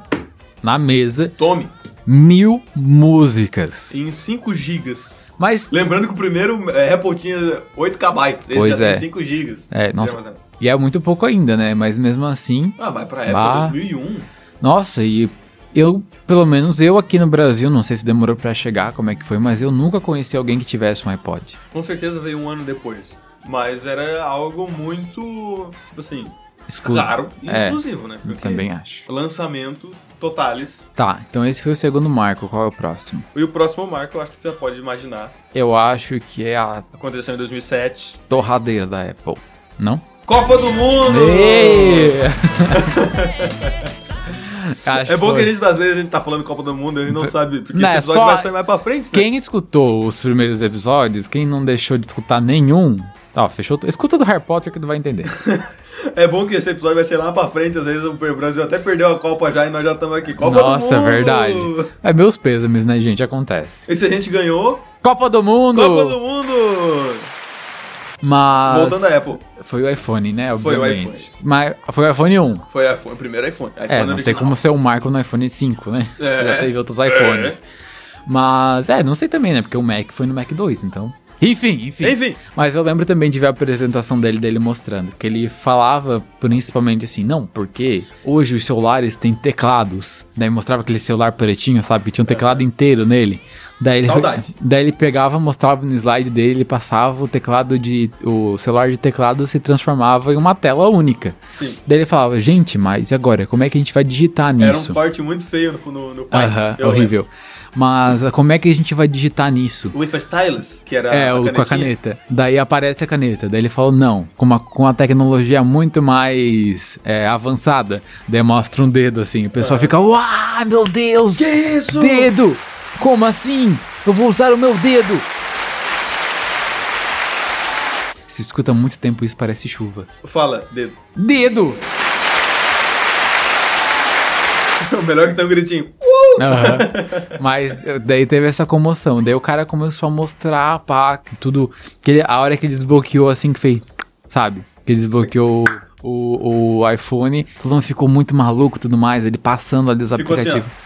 Speaker 2: na mesa,
Speaker 1: Tome,
Speaker 2: mil músicas.
Speaker 1: em 5 gigas.
Speaker 2: Mas.
Speaker 1: Lembrando que o primeiro é, Apple tinha 8 KB, ele
Speaker 2: Pois
Speaker 1: já
Speaker 2: é.
Speaker 1: tem 5 gigas.
Speaker 2: É,
Speaker 1: de
Speaker 2: nossa.
Speaker 1: armazenamento.
Speaker 2: E é muito pouco ainda, né? Mas mesmo assim.
Speaker 1: Ah, mas pra época
Speaker 2: Bah.
Speaker 1: 2001,
Speaker 2: Nossa, e eu, pelo menos eu aqui no Brasil, não sei se demorou pra chegar, como é que foi, mas eu nunca conheci alguém que tivesse um iPod.
Speaker 1: com certeza veio um ano depois. Mas era algo muito, tipo assim,
Speaker 2: Exclusivo.
Speaker 1: claro e
Speaker 2: é,
Speaker 1: exclusivo, né? Porque
Speaker 2: Também acho.
Speaker 1: Lançamento totales.
Speaker 2: Tá, então esse foi o segundo marco. Qual é o próximo?
Speaker 1: E o próximo marco, eu acho que já pode imaginar,
Speaker 2: Eu acho que é a
Speaker 1: aconteceu em 2007.
Speaker 2: torradeira da Apple. Não?
Speaker 1: Copa do Mundo!
Speaker 2: Ei!
Speaker 1: <laughs>
Speaker 2: Acho
Speaker 1: É bom que
Speaker 2: foi.
Speaker 1: a gente, às vezes, a gente tá falando Copa do Mundo e a gente não sabe, porque
Speaker 2: Não,
Speaker 1: esse
Speaker 2: é
Speaker 1: episódio
Speaker 2: só-
Speaker 1: vai sair mais pra frente, né?
Speaker 2: Quem escutou os primeiros episódios, quem não deixou de escutar nenhum, ó, fechou. tu- Escuta do Harry Potter que tu vai entender.
Speaker 1: É bom que esse episódio vai ser lá pra frente, às vezes o Brasil até perdeu a Copa já e nós já estamos aqui. Copa do
Speaker 2: Nossa, é
Speaker 1: Mundo!
Speaker 2: verdade. É meus pêsames, né, gente? Acontece.
Speaker 1: E se a gente ganhou?
Speaker 2: Copa do Mundo!
Speaker 1: Copa do Mundo!
Speaker 2: Mas.
Speaker 1: Voltando à Apple.
Speaker 2: Foi o iPhone, né?
Speaker 1: Foi o
Speaker 2: Obviamente. Mas foi o iPhone 1.
Speaker 1: Foi iPhone, o primeiro iPhone. iPhone
Speaker 2: É, não tem
Speaker 1: original.
Speaker 2: como ser um marco no iPhone 5, né?
Speaker 1: É.
Speaker 2: Você já teve outros iPhones. Mas, é, não sei também, né? Porque o Mac foi no Mac 2, então. Enfim, enfim.
Speaker 1: Enfim.
Speaker 2: Mas eu lembro também de ver a apresentação dele, dele mostrando, que ele falava principalmente assim, não, porque hoje os celulares têm teclados. Daí mostrava aquele celular pretinho, sabe, que tinha um teclado inteiro nele. Daí ele,
Speaker 1: É. Saudade.
Speaker 2: daí ele pegava, mostrava no slide dele, ele passava o teclado de. O celular de teclado se transformava em uma tela única.
Speaker 1: Sim.
Speaker 2: Daí ele falava, gente, mas e agora? Como é que a gente vai digitar
Speaker 1: Era um
Speaker 2: nisso?
Speaker 1: corte muito feio no, no, no Paint,
Speaker 2: Aham,
Speaker 1: eu
Speaker 2: horrível. Mas ah, como é que a gente vai digitar nisso?
Speaker 1: lembro. With a stylus, que era
Speaker 2: É,
Speaker 1: a
Speaker 2: o- com a
Speaker 1: canetinha.
Speaker 2: caneta. Daí aparece a caneta. Daí ele falou, não, com uma, com uma tecnologia muito mais é, avançada. Daí mostra um dedo, assim. O pessoal fica, uau, meu Deus!
Speaker 1: Ah. Que isso?
Speaker 2: Dedo! Como assim? Eu vou usar o meu dedo! Se escuta há muito tempo, isso parece chuva.
Speaker 1: Fala, dedo. <laughs>
Speaker 2: Dedo!
Speaker 1: O melhor que tem um gritinho.
Speaker 2: Aham. Mas eh, daí teve essa comoção. Daí o cara começou a mostrar, pá, que tudo. Que ele- a hora que ele desbloqueou, assim, que fez. Sabe? Que ele desbloqueou o, o iPhone. Todo mundo ficou muito maluco e tudo mais. Ele passando ali os
Speaker 1: Ficou assim,
Speaker 2: aplicativos.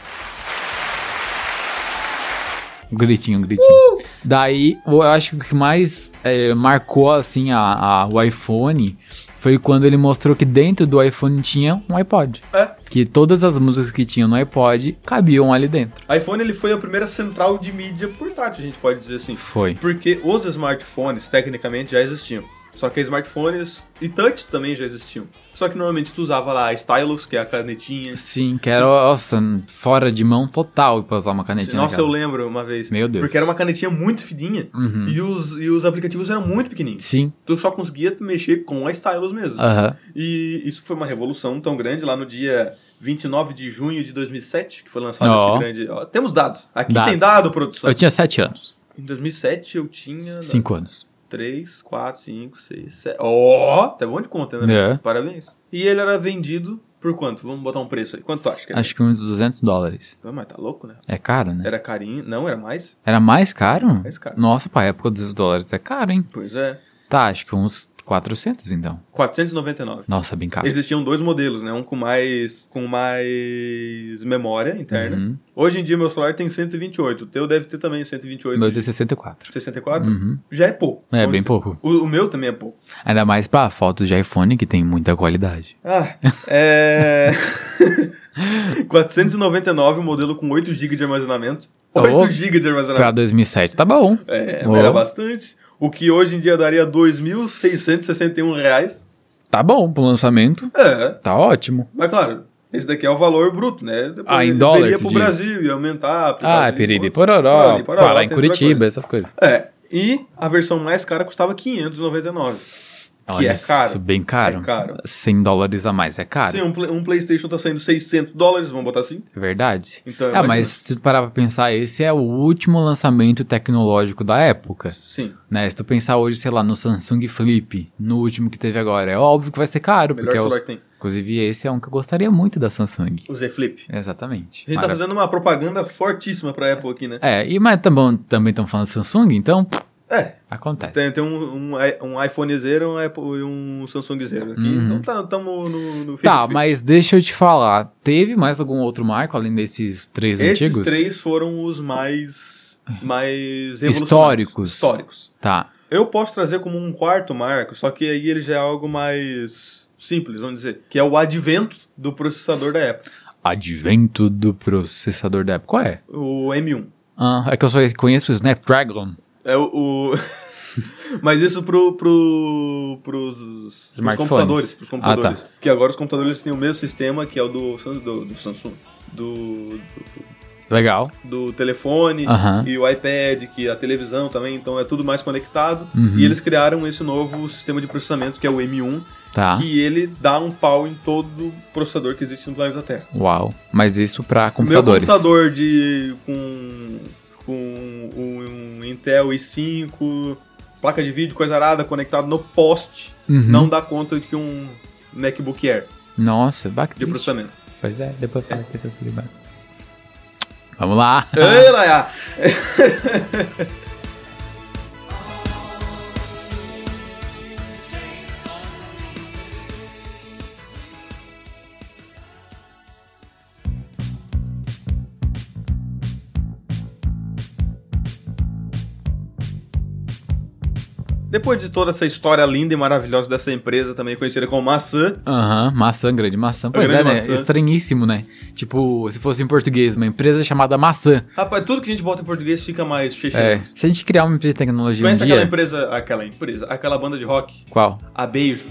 Speaker 2: Um Gritinho, um gritinho. Daí, eu acho que o que mais eh, marcou, assim, a, a- o iPhone foi quando ele mostrou que dentro do iPhone tinha um iPod.
Speaker 1: É.
Speaker 2: Que todas as músicas que tinham no iPod cabiam ali dentro.
Speaker 1: iPhone ele foi a primeira central de mídia portátil, a gente pode dizer assim.
Speaker 2: Foi.
Speaker 1: Porque os smartphones, tecnicamente, já existiam. Só que smartphones e touch também já existiam. Só que normalmente tu usava lá a stylus, que é a canetinha.
Speaker 2: Sim, que era, nossa, fora de mão total pra usar uma canetinha.
Speaker 1: Nossa, eu
Speaker 2: daquela.
Speaker 1: lembro uma vez.
Speaker 2: Meu Deus. Hum.
Speaker 1: Porque era uma canetinha muito fininha
Speaker 2: Uhum.
Speaker 1: e, os, e os aplicativos eram muito pequenininhos.
Speaker 2: Sim,
Speaker 1: Tu só conseguia mexer com a stylus mesmo.
Speaker 2: aham.
Speaker 1: E isso foi uma revolução tão grande lá no dia 29 de junho de 2007, que foi lançado
Speaker 2: Ó.
Speaker 1: esse grande. ó, temos dados. Aqui
Speaker 2: Dados.
Speaker 1: tem dado, produção.
Speaker 2: Eu tinha sete anos,
Speaker 1: Em 2007 eu tinha.
Speaker 2: cinco anos.
Speaker 1: 3, 4, 5, 6, 7. Ó, tá bom de conta, né?
Speaker 2: É.
Speaker 1: Parabéns. E ele era vendido por quanto? Vamos botar um preço aí. Quanto tu acha que era?
Speaker 2: Acho que uns 200 dólares.
Speaker 1: Ah, Mas tá louco, né?
Speaker 2: É caro, né?
Speaker 1: Era carinho. Não, era mais?
Speaker 2: Era mais caro?
Speaker 1: É Mais caro.
Speaker 2: Nossa, pra época, 200 dólares é caro, hein?
Speaker 1: Pois é.
Speaker 2: Tá, acho que uns 400 então.
Speaker 1: 499.
Speaker 2: Nossa, bem caro.
Speaker 1: Existiam dois modelos, né? Um com mais com mais memória interna.
Speaker 2: Uhum.
Speaker 1: Hoje em dia meu celular tem 128. O teu deve ter também 128.
Speaker 2: O meu é
Speaker 1: de
Speaker 2: de 64.
Speaker 1: 64? Já é pouco.
Speaker 2: É,
Speaker 1: vamos
Speaker 2: bem
Speaker 1: dizer.
Speaker 2: pouco.
Speaker 1: O, o meu também é pouco.
Speaker 2: Ainda mais pra fotos de iPhone, que tem muita qualidade.
Speaker 1: Ah, <laughs> é. 499, um modelo com 8 GB de armazenamento. 8
Speaker 2: Oh.
Speaker 1: GB de
Speaker 2: Pra
Speaker 1: armazenamento.
Speaker 2: 2007, tá bom.
Speaker 1: É,
Speaker 2: Oh.
Speaker 1: era bastante. O que hoje em dia daria R$ 2.661 reais.
Speaker 2: Tá bom pro lançamento.
Speaker 1: É,
Speaker 2: Tá ótimo.
Speaker 1: mas claro, esse daqui é o valor bruto, né? Depois
Speaker 2: Ah, em
Speaker 1: ele
Speaker 2: dólar,
Speaker 1: viria
Speaker 2: tu
Speaker 1: pro
Speaker 2: diz.
Speaker 1: Brasil, ia aumentar. por causa
Speaker 2: Ah,
Speaker 1: de
Speaker 2: piriri
Speaker 1: imposto.
Speaker 2: pororó.
Speaker 1: Piriri, pororó,
Speaker 2: Pá, lá
Speaker 1: tem
Speaker 2: em
Speaker 1: toda
Speaker 2: Curitiba,
Speaker 1: coisa.
Speaker 2: essas coisas.
Speaker 1: É, e a versão mais cara custava 599.
Speaker 2: Olha,
Speaker 1: é caro.
Speaker 2: isso, bem caro.
Speaker 1: É caro.
Speaker 2: 100 dólares a mais é caro.
Speaker 1: Sim, um, Play- um PlayStation tá saindo 600 dólares, vamos botar assim.
Speaker 2: É Verdade.
Speaker 1: Então,
Speaker 2: ah,
Speaker 1: imagina.
Speaker 2: mas se tu parar pra pensar, esse é o último lançamento tecnológico da época.
Speaker 1: Sim.
Speaker 2: Né? Se tu pensar hoje, sei lá, no Samsung Flip, no último que teve agora, é óbvio que vai ser caro.
Speaker 1: Melhor
Speaker 2: Porque é o-
Speaker 1: celular que tem.
Speaker 2: Inclusive, esse é um que eu gostaria muito da Samsung.
Speaker 1: O Z Flip.
Speaker 2: Exatamente.
Speaker 1: A gente tá
Speaker 2: Mara-
Speaker 1: fazendo uma propaganda fortíssima pra Apple aqui, né?
Speaker 2: É, e, mas também também estão falando de Samsung, então pff,
Speaker 1: É.
Speaker 2: acontece.
Speaker 1: Tem, tem um, um, i- um iPhone zero um Apple, e um Samsung zero aqui. Então tá, tamo no, no
Speaker 2: Uhum. Tá,
Speaker 1: fit-
Speaker 2: mas deixa eu te falar. Teve mais algum outro marco além desses três
Speaker 1: Esses
Speaker 2: antigos?
Speaker 1: três foram os mais. mais revolucionários.
Speaker 2: Históricos.
Speaker 1: Históricos.
Speaker 2: Tá.
Speaker 1: Eu posso trazer como um quarto marco, só que aí ele já é algo mais simples, vamos dizer. Que é o advento do processador da Apple,
Speaker 2: Advento do processador da época. Qual é?
Speaker 1: o M1.
Speaker 2: Ah, é que eu só conheço o Snapdragon.
Speaker 1: É o. o- <laughs> Mas isso pro, pro, pros, pros
Speaker 2: Smartphones.
Speaker 1: computadores. Pros computadores.
Speaker 2: Ah,
Speaker 1: Que agora os computadores têm o mesmo sistema que é o do, Sam- do, do Samsung. Do,
Speaker 2: Legal.
Speaker 1: do, do telefone
Speaker 2: Aham.
Speaker 1: e o iPad, que é a televisão também, então é tudo mais conectado.
Speaker 2: Uhum.
Speaker 1: E eles criaram esse novo sistema de processamento que é o M1,
Speaker 2: Tá.
Speaker 1: que ele dá um pau em todo processador que existe no planeta Terra.
Speaker 2: Uau. Mas isso pra
Speaker 1: Meu
Speaker 2: computadores.
Speaker 1: computador de com com um, um Intel i5, placa de vídeo, coisa arada, conectado no poste,
Speaker 2: Uhum.
Speaker 1: não dá conta de que um MacBook Air
Speaker 2: Nossa,
Speaker 1: de
Speaker 2: bacana.
Speaker 1: processamento.
Speaker 2: Pois é, depois fala que esse é o Suriban. <laughs> Vamos lá. <laughs>
Speaker 1: Ei, Laia! Depois de toda essa história linda e maravilhosa dessa empresa, também conhecida como Maçã,
Speaker 2: Aham, maçã, grande maçã. Pois
Speaker 1: grande
Speaker 2: é, né?
Speaker 1: maçã.
Speaker 2: Estranhíssimo, né? Tipo, se fosse em português, uma empresa chamada Maçã.
Speaker 1: rapaz, tudo que a gente bota em português fica mais cheio
Speaker 2: É. Se a gente criar uma empresa de tecnologia
Speaker 1: Conhece
Speaker 2: um
Speaker 1: aquela
Speaker 2: dia.
Speaker 1: empresa, aquela empresa, aquela banda de rock,
Speaker 2: Qual?
Speaker 1: a Beijo.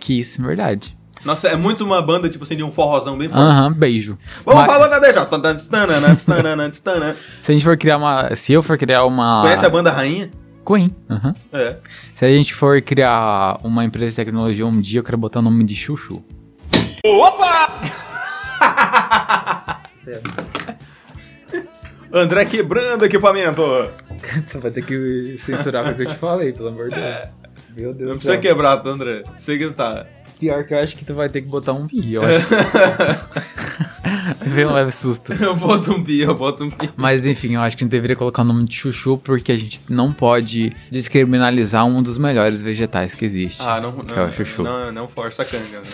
Speaker 2: Que isso, verdade.
Speaker 1: Nossa, é muito uma banda, tipo assim, de um forrozão bem forte.
Speaker 2: Aham, beijo.
Speaker 1: Vamos
Speaker 2: Mas
Speaker 1: pra banda Beijo. ó. Tan, tan, tanana, tanana,
Speaker 2: <laughs>
Speaker 1: tanana.
Speaker 2: Se a gente for criar uma. Se eu for criar uma.
Speaker 1: Conhece a banda Rainha?
Speaker 2: Queen. Aham.
Speaker 1: É.
Speaker 2: Se a gente for criar uma empresa de tecnologia um dia, eu quero botar o nome de Chuchu.
Speaker 1: André quebrando equipamento.
Speaker 2: Você vai ter que censurar o que eu te falei, pelo amor de Deus. Meu Deus
Speaker 1: É. Não precisa quebrar, tá, André. Sei que tá. <laughs>
Speaker 2: Pior que eu acho que tu vai ter que botar um pi, eu acho. Veio um leve susto.
Speaker 1: Eu boto um pi, eu boto um pi.
Speaker 2: Mas enfim, eu acho que a gente deveria colocar o nome de chuchu porque a gente não pode descriminalizar um dos melhores vegetais que existe.
Speaker 1: Ah, não,
Speaker 2: que é
Speaker 1: não,
Speaker 2: o chuchu.
Speaker 1: não, não força a canga. Né?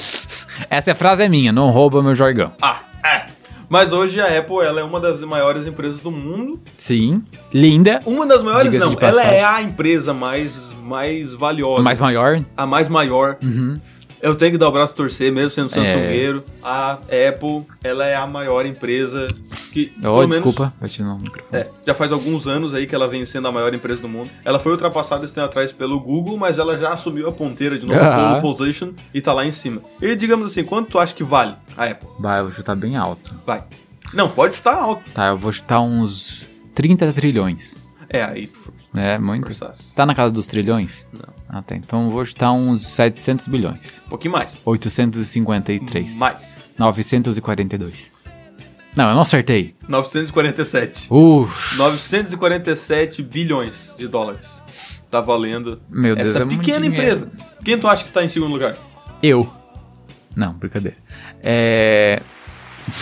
Speaker 2: Essa frase é minha, não rouba meu jargão.
Speaker 1: Ah, é. Mas hoje a Apple ela é uma das maiores empresas do mundo.
Speaker 2: Sim, linda,
Speaker 1: Uma das maiores,
Speaker 2: Diga-se
Speaker 1: não.
Speaker 2: de
Speaker 1: Ela
Speaker 2: passagem.
Speaker 1: é a empresa mais, mais valiosa.
Speaker 2: mas maior.
Speaker 1: a mais maior.
Speaker 2: Uhum.
Speaker 1: Eu tenho que dar o braço a torcer, mesmo
Speaker 2: É.
Speaker 1: sendo Samsungueiro. A Apple, ela é a maior empresa que. pelo
Speaker 2: Oh,
Speaker 1: menos,
Speaker 2: desculpa, eu te não microfone.
Speaker 1: é, já faz alguns anos aí que ela vem sendo a maior empresa do mundo. Ela foi ultrapassada esse tempo atrás pelo Google, mas ela já assumiu a ponteira de novo
Speaker 2: Ah.
Speaker 1: pole position e tá lá em cima. E digamos assim, quanto tu acha que vale a Apple?
Speaker 2: Vai, eu vou chutar bem alto.
Speaker 1: Vai. Não, pode chutar alto.
Speaker 2: Tá, eu vou chutar uns 30 trilhões.
Speaker 1: É, aí. for-
Speaker 2: É, muito.
Speaker 1: Forçasse.
Speaker 2: Tá na casa dos trilhões?
Speaker 1: Não.
Speaker 2: Ah, tá. Então eu vou chutar uns 700 bilhões.
Speaker 1: Um pouquinho mais.
Speaker 2: 853.
Speaker 1: Mais.
Speaker 2: 942. Não, eu não acertei.
Speaker 1: 947.
Speaker 2: Uf.
Speaker 1: 947 bilhões de dólares. Tá valendo.
Speaker 2: Meu Deus,
Speaker 1: essa
Speaker 2: é muito
Speaker 1: pequena
Speaker 2: dinheiro.
Speaker 1: empresa. Quem tu acha que tá em segundo lugar?
Speaker 2: Eu. Não, brincadeira. É. <laughs>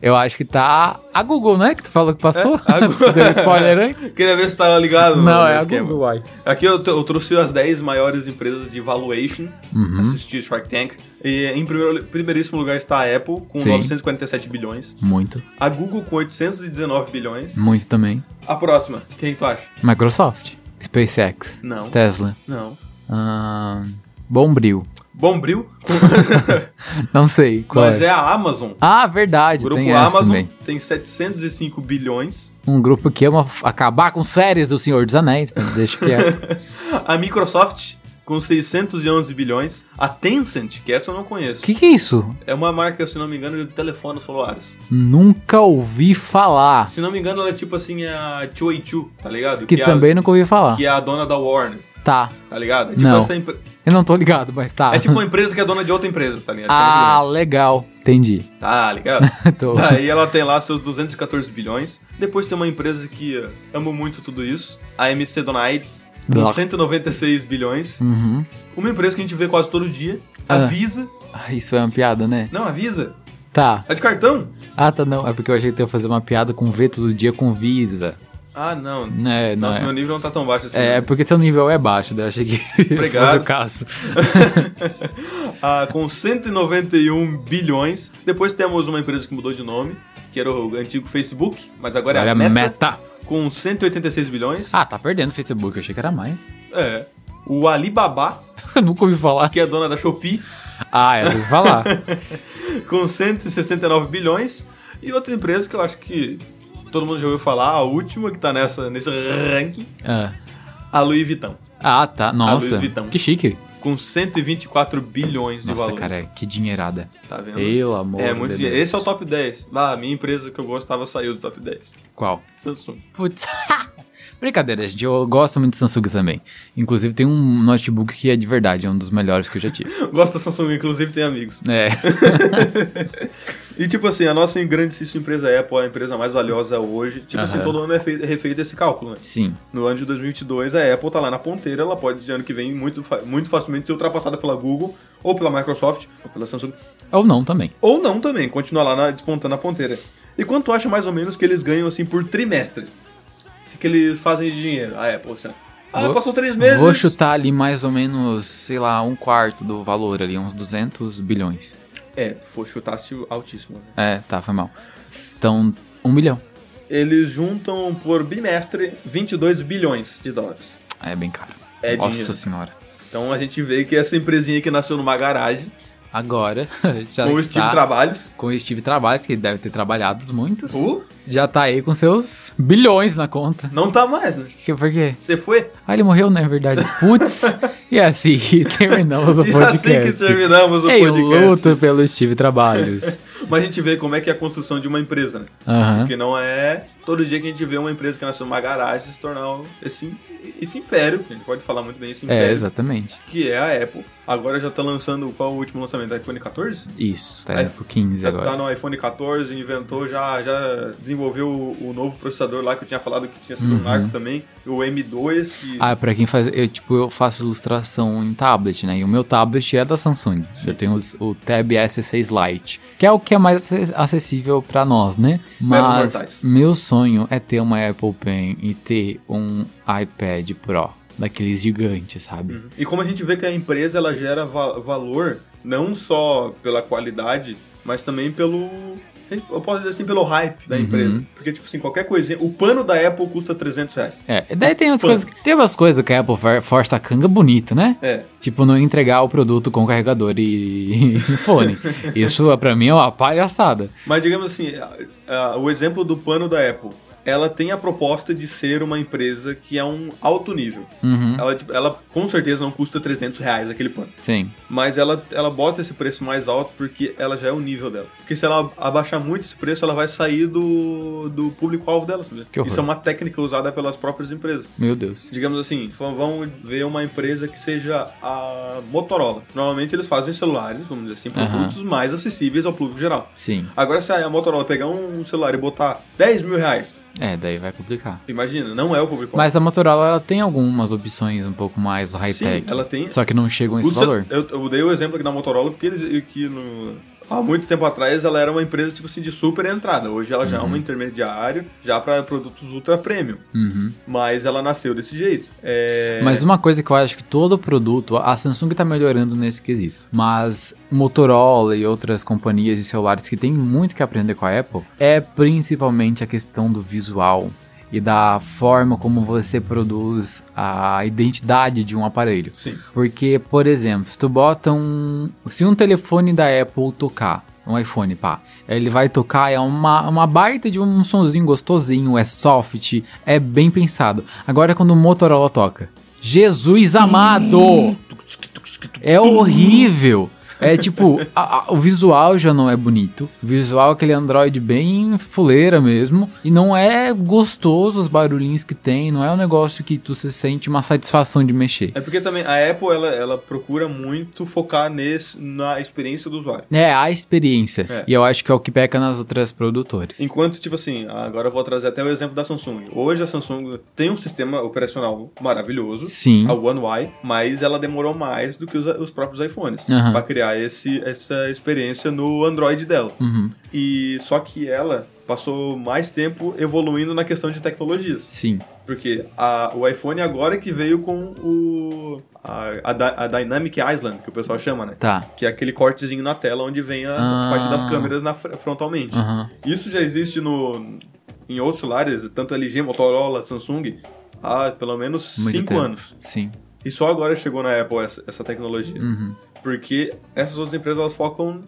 Speaker 2: Eu acho que tá a Google, né? Que tu falou que passou.
Speaker 1: É, a
Speaker 2: <laughs>
Speaker 1: Google.
Speaker 2: Deu spoiler antes.
Speaker 1: Queria ver se <laughs> tá ligado.
Speaker 2: Não,
Speaker 1: no
Speaker 2: é a
Speaker 1: esquema.
Speaker 2: Google, ai.
Speaker 1: Aqui eu, t- eu trouxe as 10 maiores empresas de valuation.
Speaker 2: Uhum.
Speaker 1: Assisti Shark Tank. E em primeiro, primeiríssimo lugar está a Apple, com
Speaker 2: Sim.
Speaker 1: 947 bilhões.
Speaker 2: Muito,
Speaker 1: A Google, com 819 bilhões.
Speaker 2: muito também.
Speaker 1: A próxima, quem tu acha?
Speaker 2: Microsoft, SpaceX,
Speaker 1: Não.
Speaker 2: Tesla,
Speaker 1: Não.
Speaker 2: ahn, Ah, Bombril. <laughs>
Speaker 1: Bombril, com-
Speaker 2: Não sei qual
Speaker 1: mas
Speaker 2: é.
Speaker 1: é a Amazon.
Speaker 2: Ah, verdade,
Speaker 1: grupo
Speaker 2: tem essa
Speaker 1: Amazon
Speaker 2: também.
Speaker 1: tem 705 bilhões.
Speaker 2: Um grupo que ama f- acabar com séries do Senhor dos Anéis, mas deixa
Speaker 1: <laughs>
Speaker 2: que é.
Speaker 1: A Microsoft com 611 bilhões. A Tencent, que essa eu não conheço.
Speaker 2: que que é isso?
Speaker 1: É uma marca, se não me engano, de telefones celulares.
Speaker 2: Nunca ouvi falar.
Speaker 1: Se não me engano, ela é tipo assim a Chuichu, tá ligado?
Speaker 2: Que,
Speaker 1: é a-
Speaker 2: também nunca ouvi falar.
Speaker 1: que é a dona da Warner,
Speaker 2: Tá.
Speaker 1: tá ligado? É tipo,
Speaker 2: Não.
Speaker 1: essa empre-
Speaker 2: Eu não tô ligado, mas tá.
Speaker 1: é
Speaker 2: <laughs>
Speaker 1: tipo uma empresa que é dona de outra empresa, tá ligado?
Speaker 2: Ah, legal. Entendi.
Speaker 1: Tá ligado?
Speaker 2: <laughs> Tô.
Speaker 1: Daí ela tem lá seus 214 bilhões. Depois tem uma empresa que eh, amo muito tudo isso, a MC Donuts, com
Speaker 2: Não.
Speaker 1: 196 bilhões.
Speaker 2: Uhum.
Speaker 1: Uma empresa que a gente vê quase todo dia,
Speaker 2: Ah.
Speaker 1: a Visa.
Speaker 2: Ah, Isso é uma piada, né?
Speaker 1: Não, a Visa.
Speaker 2: Tá.
Speaker 1: A É de cartão?
Speaker 2: Ah, tá, não. É porque eu achei que tu ia fazer uma piada com V todo dia com Visa.
Speaker 1: Ah, não.
Speaker 2: É, não
Speaker 1: Nossa, meu
Speaker 2: é.
Speaker 1: nível não <laughs> tá tão baixo assim.
Speaker 2: É, é
Speaker 1: né?
Speaker 2: porque seu nível é baixo, daí eu achei que <laughs>
Speaker 1: Obrigado.
Speaker 2: fosse o caso.
Speaker 1: Ah, com 191 bilhões. Depois temos uma empresa que mudou de nome, que era o antigo Facebook, mas agora, é
Speaker 2: Agora
Speaker 1: a
Speaker 2: meta.
Speaker 1: Meta, com 186 bilhões.
Speaker 2: Ah, tá perdendo o Facebook, eu achei que era mais.
Speaker 1: É. O Alibaba,
Speaker 2: <laughs> Eu nunca ouvi falar.
Speaker 1: que é dona da Shopee, <laughs>
Speaker 2: Ah, eu ouvi falar.
Speaker 1: com 169 bilhões. E outra empresa que eu acho que todo mundo já ouviu falar, a última que tá nessa, nesse ranking,
Speaker 2: Ah.
Speaker 1: a Louis Vuitton,
Speaker 2: Ah, tá. Nossa.
Speaker 1: Louis Vuitton.
Speaker 2: Que chique.
Speaker 1: com 124 bilhões de
Speaker 2: Nossa,
Speaker 1: valor.
Speaker 2: cara, é, que dinheirada.
Speaker 1: Tá vendo?
Speaker 2: Pelo amor
Speaker 1: É
Speaker 2: de
Speaker 1: muito
Speaker 2: Deus.
Speaker 1: dinheiro. Esse é o top 10. Ah, a minha empresa que eu gostava saiu do top 10.
Speaker 2: Qual?
Speaker 1: Samsung.
Speaker 2: Putz. <laughs> Brincadeira, gente. Eu gosto muito de Samsung também. Inclusive, tem um notebook que é de verdade, é um dos melhores que eu
Speaker 1: <laughs>
Speaker 2: já tive.
Speaker 1: Gosto da Samsung, inclusive tem amigos.
Speaker 2: É.
Speaker 1: E tipo assim, a nossa grandíssima empresa Apple é a empresa mais valiosa hoje. Tipo assim,
Speaker 2: Aham.
Speaker 1: todo ano é feito, é refeito esse cálculo, né?
Speaker 2: Sim.
Speaker 1: No ano de 2022, a Apple tá lá na ponteira, ela pode, de ano que vem, muito, fa- muito facilmente ser ultrapassada pela Google, ou pela Microsoft, ou pela Samsung,
Speaker 2: Ou não também.
Speaker 1: ou não também, continuar lá na- despontando a ponteira. E quanto tu acha mais ou menos que eles ganham, assim, por trimestre? Assim, que eles fazem de dinheiro, a Apple, assim. Ah,
Speaker 2: Vou-
Speaker 1: passou três meses.
Speaker 2: Vou chutar ali mais ou menos, sei lá, um quarto do valor ali, uns 200 bilhões.
Speaker 1: É, foi chutaste altíssimo. né?
Speaker 2: É, tá, foi mal. Estão um milhão.
Speaker 1: Eles juntam por bimestre 22 bilhões de dólares.
Speaker 2: É bem caro.
Speaker 1: É dinheiro.
Speaker 2: Nossa senhora.
Speaker 1: Então a gente vê que essa empresinha que nasceu numa garagem,
Speaker 2: Agora, <laughs> já
Speaker 1: com o Steve
Speaker 2: está
Speaker 1: Trabalhos.
Speaker 2: com o Steve Trabalhos, que deve ter trabalhado muitos,
Speaker 1: Uh,
Speaker 2: já tá aí com seus bilhões na conta.
Speaker 1: não tá mais, né?
Speaker 2: Que, por quê?
Speaker 1: Você foi?
Speaker 2: Ah, ele morreu,
Speaker 1: <laughs>
Speaker 2: né? Verdade. Putz, e assim terminamos o
Speaker 1: E
Speaker 2: podcast.
Speaker 1: assim que terminamos o
Speaker 2: Ei,
Speaker 1: podcast.
Speaker 2: luto pelo
Speaker 1: <laughs>
Speaker 2: Steve Trabalhos.
Speaker 1: Mas a gente vê como é que é a construção de uma empresa, né?
Speaker 2: Aham.
Speaker 1: Porque não é todo dia que a gente vê uma empresa que nasceu numa garagem se tornar um- esse, esse império, que a gente pode falar muito bem esse
Speaker 2: É,
Speaker 1: império,
Speaker 2: exatamente.
Speaker 1: que é a Apple. Agora já tá lançando qual o último lançamento? iPhone 14?
Speaker 2: Isso, tá
Speaker 1: Aí,
Speaker 2: indo pro 15
Speaker 1: Já tá
Speaker 2: agora.
Speaker 1: no iPhone 14, inventou, já, já desenvolveu o, o novo processador lá que eu tinha falado que tinha sido um marco também, o M2, que
Speaker 2: Uhum. Ah, pra quem faz. Eu, tipo, eu faço ilustração em tablet, né? E o meu tablet é da Samsung. Eu tenho os- o Tab S6 Lite, que é o que é mais acess- acessível pra nós, né?
Speaker 1: Meros
Speaker 2: Mas
Speaker 1: mortais.
Speaker 2: meu sonho é ter uma Apple Pen e ter um iPad Pro, daqueles gigantes, sabe?
Speaker 1: Uhum. E como a gente vê que a empresa ela gera va- valor não só pela qualidade, mas também pelo eu posso dizer assim, pelo hype
Speaker 2: Uhum.
Speaker 1: da empresa. Porque, tipo assim, qualquer coisinha. O pano da Apple custa 300 reais.
Speaker 2: É, e daí tem outras
Speaker 1: Pô.
Speaker 2: coisas. que- Tem umas coisas que a Apple for- força a canga bonito, né?
Speaker 1: É.
Speaker 2: Tipo, não entregar o produto com carregador e, <laughs> e fone. Isso, pra mim, é uma palhaçada.
Speaker 1: Mas, digamos assim, a- a- o exemplo do pano da Apple. Ela tem a proposta de ser uma empresa que é um alto nível.
Speaker 2: Uhum.
Speaker 1: Ela, tipo, ela com certeza não custa 300 reais aquele pano.
Speaker 2: Sim.
Speaker 1: Mas ela, ela bota esse preço mais alto porque ela já é o nível dela. Porque se ela abaixar muito esse preço, ela vai sair do, do público-alvo dela. sabe?
Speaker 2: Que horror.
Speaker 1: Isso é uma técnica usada pelas próprias empresas.
Speaker 2: Meu Deus.
Speaker 1: Digamos assim, v- vamos ver uma empresa que seja a Motorola. Normalmente eles fazem celulares, vamos dizer assim,
Speaker 2: Aham.
Speaker 1: produtos mais acessíveis ao público geral.
Speaker 2: Sim.
Speaker 1: Agora, se a Motorola pegar um celular e botar 10 mil reais,
Speaker 2: É, daí vai complicar.
Speaker 1: imagina, não é o público-alvo.
Speaker 2: Mas a Motorola ela tem algumas opções um pouco mais high-tech.
Speaker 1: Sim, ela tem.
Speaker 2: Só que não chegam a
Speaker 1: O
Speaker 2: esse
Speaker 1: se-
Speaker 2: valor.
Speaker 1: Eu, eu dei o exemplo aqui da Motorola porque eles, que no- há muito tempo atrás ela era uma empresa tipo assim de super entrada. Hoje ela já é
Speaker 2: Uhum.
Speaker 1: uma intermediária, já para produtos ultra premium. Mas ela nasceu desse jeito. É,
Speaker 2: Uhum. Mas uma coisa que eu acho que todo produto, a Samsung tá melhorando nesse quesito, mas Motorola e outras companhias de celulares que tem muito que aprender com a Apple é principalmente a questão do visual e da forma como você produz a identidade de um aparelho.
Speaker 1: Sim.
Speaker 2: Porque, por exemplo, se tu bota um. Se um telefone da Apple tocar, um iPhone, pá, ele vai tocar, é uma, uma baita de um sonzinho gostosinho, é soft, é bem pensado. Agora quando o Motorola toca. Jesus amado! É horrível! É tipo, a- a- o visual já não é bonito. O visual é aquele Android bem fuleira mesmo. E não é gostoso os barulhinhos que tem. Não é um negócio que tu se sente uma satisfação de mexer.
Speaker 1: É porque também a Apple ela, ela procura muito focar nesse, na experiência do usuário.
Speaker 2: É, a experiência.
Speaker 1: É.
Speaker 2: E eu acho que é o que peca nas outras produtoras.
Speaker 1: Enquanto, tipo assim, agora eu vou trazer até o exemplo da Samsung. Hoje a Samsung tem um sistema operacional maravilhoso,
Speaker 2: Sim.
Speaker 1: a One Y, mas ela demorou mais do que os, os próprios iPhones
Speaker 2: Aham.
Speaker 1: pra criar esse, essa experiência no Android dela.
Speaker 2: Uhum.
Speaker 1: E só que ela passou mais tempo evoluindo na questão de tecnologias.
Speaker 2: Sim.
Speaker 1: Porque a- o iPhone agora é que veio com o a, a Dy- a Dynamic Island, que o pessoal chama, né?
Speaker 2: Tá.
Speaker 1: Que é aquele cortezinho na tela onde vem a
Speaker 2: Ah.
Speaker 1: parte das câmeras na fr- frontalmente.
Speaker 2: Aham.
Speaker 1: Isso já existe no em outros celulares, tanto LG, Motorola, Samsung, há pelo menos
Speaker 2: Muito
Speaker 1: 5
Speaker 2: tempo.
Speaker 1: anos.
Speaker 2: Sim.
Speaker 1: E só agora chegou na Apple essa, essa tecnologia.
Speaker 2: Uhum.
Speaker 1: Porque essas outras empresas elas focam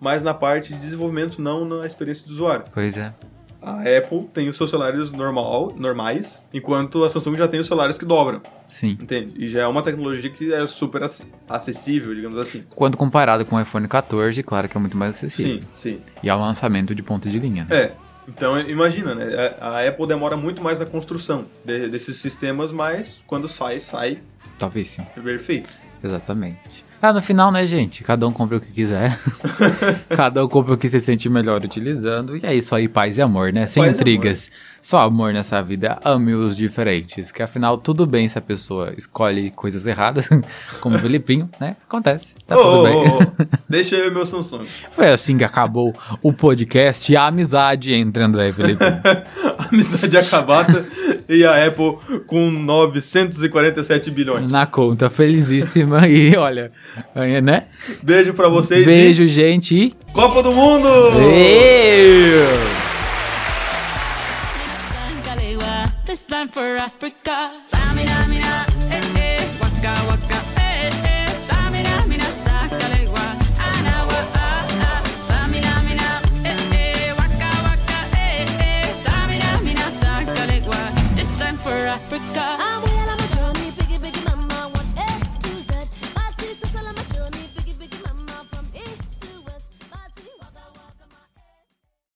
Speaker 1: mais na parte de desenvolvimento, não na experiência do usuário.
Speaker 2: Pois é.
Speaker 1: A Apple tem os seus salários normal, normais, enquanto a Samsung já tem os salários que dobram,
Speaker 2: Sim.
Speaker 1: entende? E já é uma tecnologia que é super ac- acessível, digamos assim.
Speaker 2: Quando comparado com o iPhone 14, claro que é muito mais acessível.
Speaker 1: Sim, sim.
Speaker 2: E é um lançamento de ponta de linha. né?
Speaker 1: É. Então, imagina, né? A a Apple demora muito mais na construção de- desses sistemas, mas quando sai, sai é
Speaker 2: Talvez sim.
Speaker 1: perfeito.
Speaker 2: Exatamente. Ah, no final, né, gente? Cada um compra o que
Speaker 1: <laughs>
Speaker 2: quiser. Cada um compra o que se sente melhor utilizando. E é isso aí, paz e amor, né? Sem
Speaker 1: Paz e
Speaker 2: intrigas. Só amor nessa vida. Ame os diferentes. Que afinal, tudo bem se a pessoa escolhe coisas erradas, <laughs> como o Filipinho, né? Acontece. Tá
Speaker 1: Ô,
Speaker 2: tudo
Speaker 1: ô,
Speaker 2: bem.
Speaker 1: ô, ô, deixa eu e meu Samsung.
Speaker 2: Foi assim que acabou o podcast e a amizade entre André e Felipe.
Speaker 1: <laughs> A amizade acabada e a Apple com 947 bilhões.
Speaker 2: Na conta, felizíssima e olha, é, né?
Speaker 1: Beijo pra vocês. e
Speaker 2: Beijo, gente. e
Speaker 1: Copa do Mundo!
Speaker 2: Beijo!
Speaker 5: This time for Africa. Samina, mina, eh, eh. One waka waka, eh eh. Samina mina sakalegua, anawa ah ah. Samina mina, eh eh. Waka waka, eh eh. Samina mina sakalegua. It's time for Africa.